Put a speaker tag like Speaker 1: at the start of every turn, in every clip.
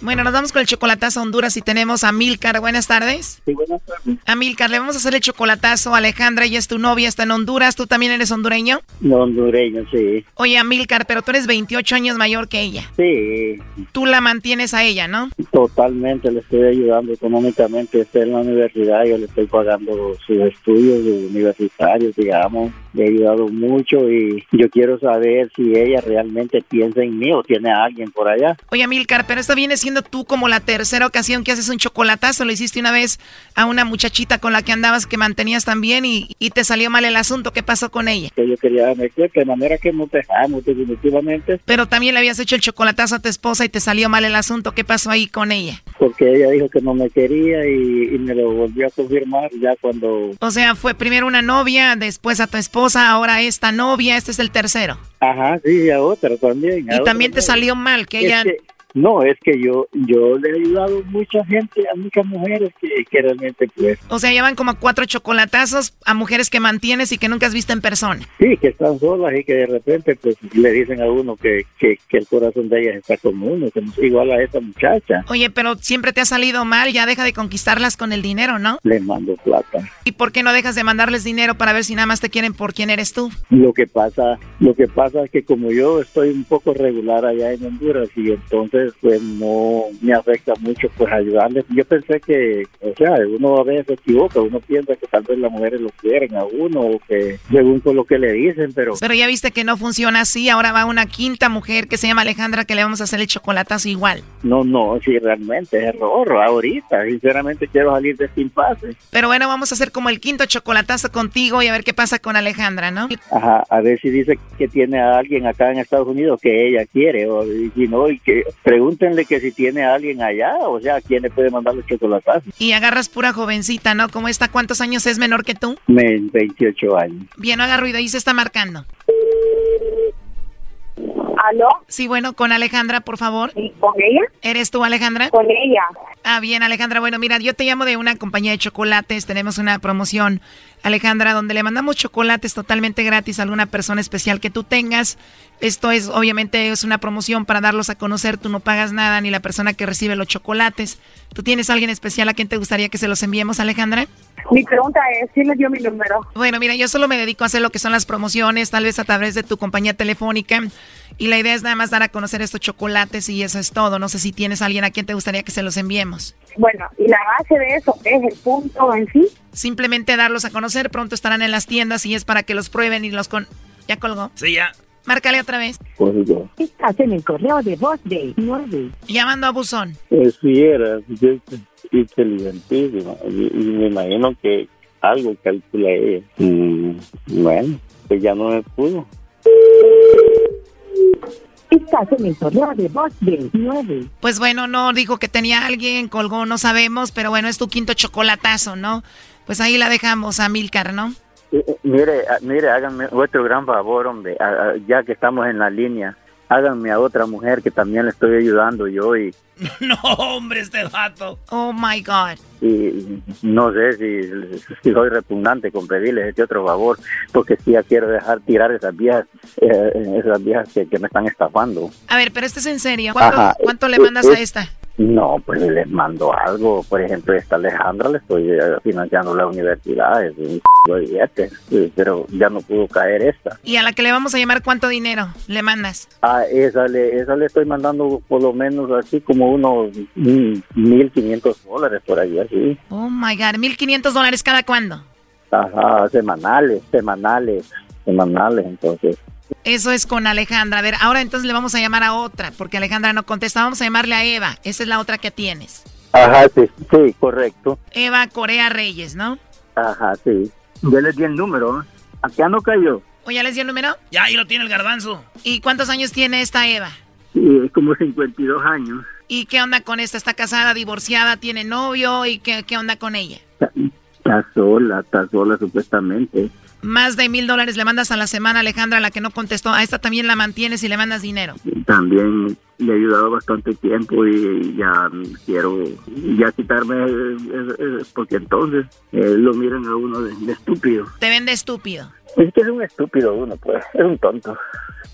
Speaker 1: Bueno, nos vamos con el chocolatazo a Honduras y tenemos a Milcar. Buenas tardes.
Speaker 2: Sí, buenas tardes.
Speaker 1: A Milcar, le vamos a hacer el chocolatazo a Alejandra. Ella es tu novia, está en Honduras. ¿Tú también eres hondureño?
Speaker 2: No, hondureño, sí.
Speaker 1: Oye, Milcar, pero tú eres 28 años mayor que ella.
Speaker 2: Sí,
Speaker 1: Tú la mantienes a ella, ¿no?
Speaker 2: totalmente le estoy ayudando económicamente. Está en la universidad, yo le estoy pagando sus estudios universitarios, digamos. Le he ayudado mucho y yo quiero saber si ella realmente piensa en mí o tiene a alguien por allá.
Speaker 1: Oye, Milcar, pero esto viene siendo tú como la tercera ocasión que haces un chocolatazo. Lo hiciste una vez a una muchachita con la que andabas que mantenías también y, y te salió mal el asunto. ¿Qué pasó con ella?
Speaker 2: Que yo quería meter, de manera que nos dejamos definitivamente,
Speaker 1: Pero también le habías hecho el chocolatazo a tu esposa y te salió mal el asunto. ¿Qué pasó ahí con ella?
Speaker 2: porque ella dijo que no me quería y, y me lo volvió a confirmar ya cuando...
Speaker 1: O sea, fue primero una novia, después a tu esposa, ahora esta novia, este es el tercero.
Speaker 2: Ajá, sí, y a otra también. a
Speaker 1: Y
Speaker 2: otra
Speaker 1: también te
Speaker 2: novia.
Speaker 1: salió mal que
Speaker 2: Es
Speaker 1: ella...
Speaker 2: que- no, es que yo yo le he ayudado a mucha gente, a muchas mujeres que, que realmente pues
Speaker 1: O sea, llevan como cuatro chocolatazos a mujeres que mantienes y que nunca has visto en persona.
Speaker 2: sí, que están solas y que de repente pues le dicen a uno que, que, que el corazón de ellas está con uno, que no es igual a esa muchacha.
Speaker 1: Oye, pero siempre te ha salido mal, ya deja de conquistarlas con el dinero, ¿no?
Speaker 2: Le mando plata.
Speaker 1: ¿Y por qué no dejas de mandarles dinero para ver si nada más te quieren por quién eres tú?
Speaker 2: Lo que pasa, lo que pasa es que como yo estoy un poco regular allá en Honduras y entonces pues no me afecta mucho pues ayudarles. Yo pensé que, o sea, uno a veces se equivoca, uno piensa que tal vez las mujeres lo quieren a uno o que según con lo que le dicen, pero
Speaker 1: Pero ya viste que no funciona así, ahora va una quinta mujer que se llama Alejandra que le vamos a hacer el chocolatazo igual.
Speaker 2: No, no, sí, realmente es error ahorita. Sinceramente quiero salir de este impasse.
Speaker 1: Pero bueno, vamos a hacer como el quinto chocolatazo contigo y a ver qué pasa con Alejandra, ¿no?
Speaker 2: Ajá, a ver si dice que tiene a alguien acá en Estados Unidos que ella quiere, o y si no, y que pregúntenle que si tiene a alguien allá, o sea, ¿quién le puede mandar los chocolatazos?
Speaker 1: Y agarras pura jovencita, ¿no? Como esta, ¿cuántos años es menor que tú?
Speaker 2: Me, 28 años.
Speaker 1: Bien, no haga ruido, ahí se está marcando.
Speaker 3: ¿Aló?
Speaker 1: Sí, bueno, con Alejandra, por favor.
Speaker 3: ¿Y con ella?
Speaker 1: ¿Eres tú, Alejandra?
Speaker 3: Con ella.
Speaker 1: Ah, bien, Alejandra. Bueno, mira, yo te llamo de una compañía de chocolates. Tenemos una promoción, Alejandra, donde le mandamos chocolates totalmente gratis a alguna persona especial que tú tengas. Esto es, obviamente, es una promoción para darlos a conocer. Tú no pagas nada ni la persona que recibe los chocolates. ¿Tú tienes a alguien especial a quien te gustaría que se los enviemos, Alejandra?
Speaker 3: Mi pregunta es, ¿quién le dio mi número?
Speaker 1: Bueno, mira, yo solo me dedico a hacer lo que son las promociones, tal vez a través de tu compañía telefónica. Y la idea es nada más dar a conocer estos chocolates y eso es todo. No sé si tienes a alguien a quien te gustaría que se los enviemos.
Speaker 3: Bueno, y la base de eso es el punto en sí.
Speaker 1: simplemente darlos a conocer. Pronto estarán en las tiendas y es para que los prueben y los con. Ya colgó.
Speaker 4: Sí, ya.
Speaker 1: Márcale otra vez.
Speaker 2: Pues yo,
Speaker 3: Estás en el correo de voz de 9.
Speaker 1: Llamando a Buzón.
Speaker 2: eh, sí era yo, inteligentísima, y, y me imagino que algo calcula ella. Mm, bueno, pues ya no me pudo.
Speaker 3: Estás en el correo de voz de 9.
Speaker 1: Pues bueno, no dijo que tenía alguien, colgó, no sabemos, pero bueno, es tu quinto chocolatazo, ¿no? Pues ahí la dejamos a Milcar, ¿no?
Speaker 2: Eh, eh, Mire, ah, mire, háganme otro gran favor, hombre, ah, ah, ya que estamos en la línea. háganme a otra mujer que también le estoy ayudando yo y,
Speaker 5: No, hombre, este vato.
Speaker 1: Oh my God.
Speaker 2: y no sé si, si soy repugnante con pedirles este otro favor, porque sí ya quiero dejar tirar esas viejas, eh, esas viejas que, que me están estafando.
Speaker 1: A ver, pero este es en serio. ¿Cuánto,
Speaker 2: Ajá.
Speaker 1: cuánto le
Speaker 2: Eh,
Speaker 1: mandas
Speaker 2: eh,
Speaker 1: a esta?
Speaker 2: No, pues les mando algo. Por ejemplo, esta Alejandra le estoy eh, financiando la universidad, es un de billetes, eh, pero ya no pudo caer esta.
Speaker 1: Y a la que le vamos a llamar, ¿cuánto dinero le mandas?
Speaker 2: A esa le, esa le estoy mandando por lo menos así como unos mm, 1.500 dólares por ahí, así.
Speaker 1: Oh my God. ¿1.500 dólares cada cuándo?
Speaker 2: Ajá, semanales, semanales, semanales, entonces.
Speaker 1: Eso es con Alejandra. A ver, ahora entonces le vamos a llamar a otra, porque Alejandra no contesta. Vamos a llamarle a Eva. Esa es la otra que tienes.
Speaker 2: Ajá, sí, sí, correcto.
Speaker 1: Eva Corea Reyes, ¿no?
Speaker 2: Ajá, sí. Yo les di el número, ¿eh? Acá no cayó.
Speaker 1: ¿O ya les dio el número?
Speaker 5: Ya ahí lo tiene el garbanzo.
Speaker 1: ¿Y cuántos años tiene esta Eva?
Speaker 2: Sí, es como 52 años.
Speaker 1: ¿Y qué onda con esta? ¿Está casada, divorciada, tiene novio? ¿Y qué, qué onda con ella?
Speaker 2: Está- Está sola, está sola supuestamente.
Speaker 1: Más de mil dólares le mandas a la semana, Alejandra, a la que no contestó. A esta también la mantienes y le mandas dinero.
Speaker 2: También le he ayudado bastante tiempo y ya quiero ya quitarme eh, eh, eh, porque entonces eh, lo miran a uno de, de estúpido.
Speaker 1: Te vende estúpido.
Speaker 2: Es que es un estúpido uno, pues, es un tonto.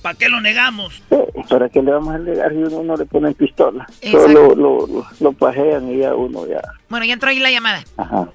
Speaker 5: ¿Para qué lo negamos?
Speaker 2: ¿Para qué le vamos a negar si uno no le ponen pistola?
Speaker 1: Exacto.
Speaker 2: Solo lo, lo, lo pajean y ya uno ya.
Speaker 1: Bueno, ya entró ahí la llamada.
Speaker 2: Ajá.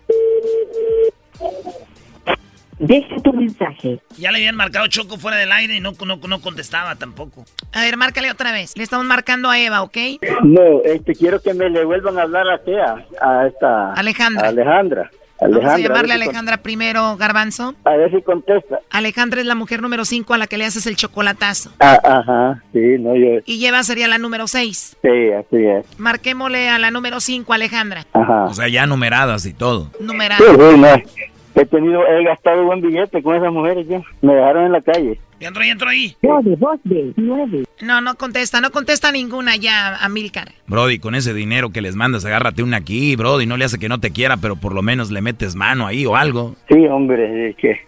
Speaker 3: Deja tu mensaje.
Speaker 5: Ya le habían marcado Choco fuera del aire y no, no, no contestaba tampoco.
Speaker 1: A ver, márcale otra vez. Le estamos marcando a Eva, ¿ok?
Speaker 2: No, este, quiero que me le vuelvan a hablar a Tea, a esta.
Speaker 1: Alejandra.
Speaker 2: a Alejandandra.
Speaker 1: Vamos a
Speaker 2: Alejandra,
Speaker 1: llamarle a
Speaker 2: ver si con-
Speaker 1: Alejandra primero, Garbanzo.
Speaker 2: A ver si contesta.
Speaker 1: Alejandra es la mujer número 5 a la que le haces el chocolatazo.
Speaker 2: Ah, ajá, sí, no, yo.
Speaker 1: Y Eva sería la número 6.
Speaker 2: Sí, así es.
Speaker 1: Marquémosle a la número 5, Alejandra.
Speaker 2: Ajá.
Speaker 5: sea, ya numeradas y todo.
Speaker 2: Sí,
Speaker 1: Numerada.
Speaker 2: sí, no. He tenido, he gastado buen billete con esas mujeres ya. Me dejaron en la calle.
Speaker 5: Ya entró, ya entró ahí.
Speaker 3: Yo de voz 29.
Speaker 1: No, no contesta. No contesta ninguna ya, Amilcar.
Speaker 6: Brody, con ese dinero que les mandas, agárrate una aquí, Brody. No le hace que no te quiera, pero por lo menos le metes mano ahí o algo.
Speaker 2: Sí, hombre, es que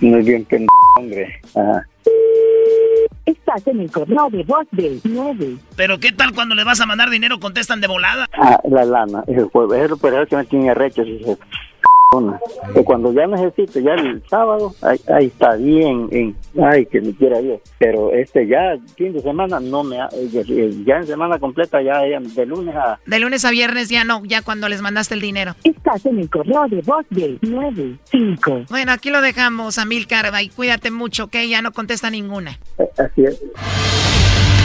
Speaker 2: no es bien pendejo, hombre. Ajá.
Speaker 3: Estás en el correo de voz 29.
Speaker 5: Pero ¿qué tal cuando le vas a mandar dinero contestan de volada?
Speaker 2: Ah, la lana, el juego, es lo peor que me tiene arrecho. si se- una. Que cuando ya necesito, ya el sábado, ahí, ahí está bien, en- ay, que me quiera Dios. Pero este ya, fin de semana, no me ha- eh, eh, ya en semana completa, ya eh, de lunes a...
Speaker 1: De lunes a viernes ya no, ya cuando les mandaste el dinero.
Speaker 3: Estás en el correo de voz 29. 5.
Speaker 1: Bueno, aquí lo dejamos, Amilcar. Y cuídate mucho, ¿ok? Ya no contesta ninguna.
Speaker 2: eh, Así es.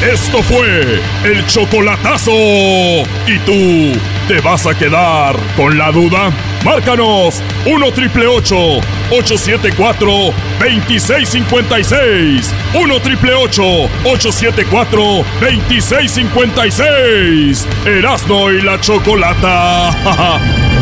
Speaker 7: Esto fue el chocolatazo. ¿Y tú te vas a quedar con la duda? Márcanos 1 triple 874 2656. 1 triple 874 2656. Erasno y la chocolata.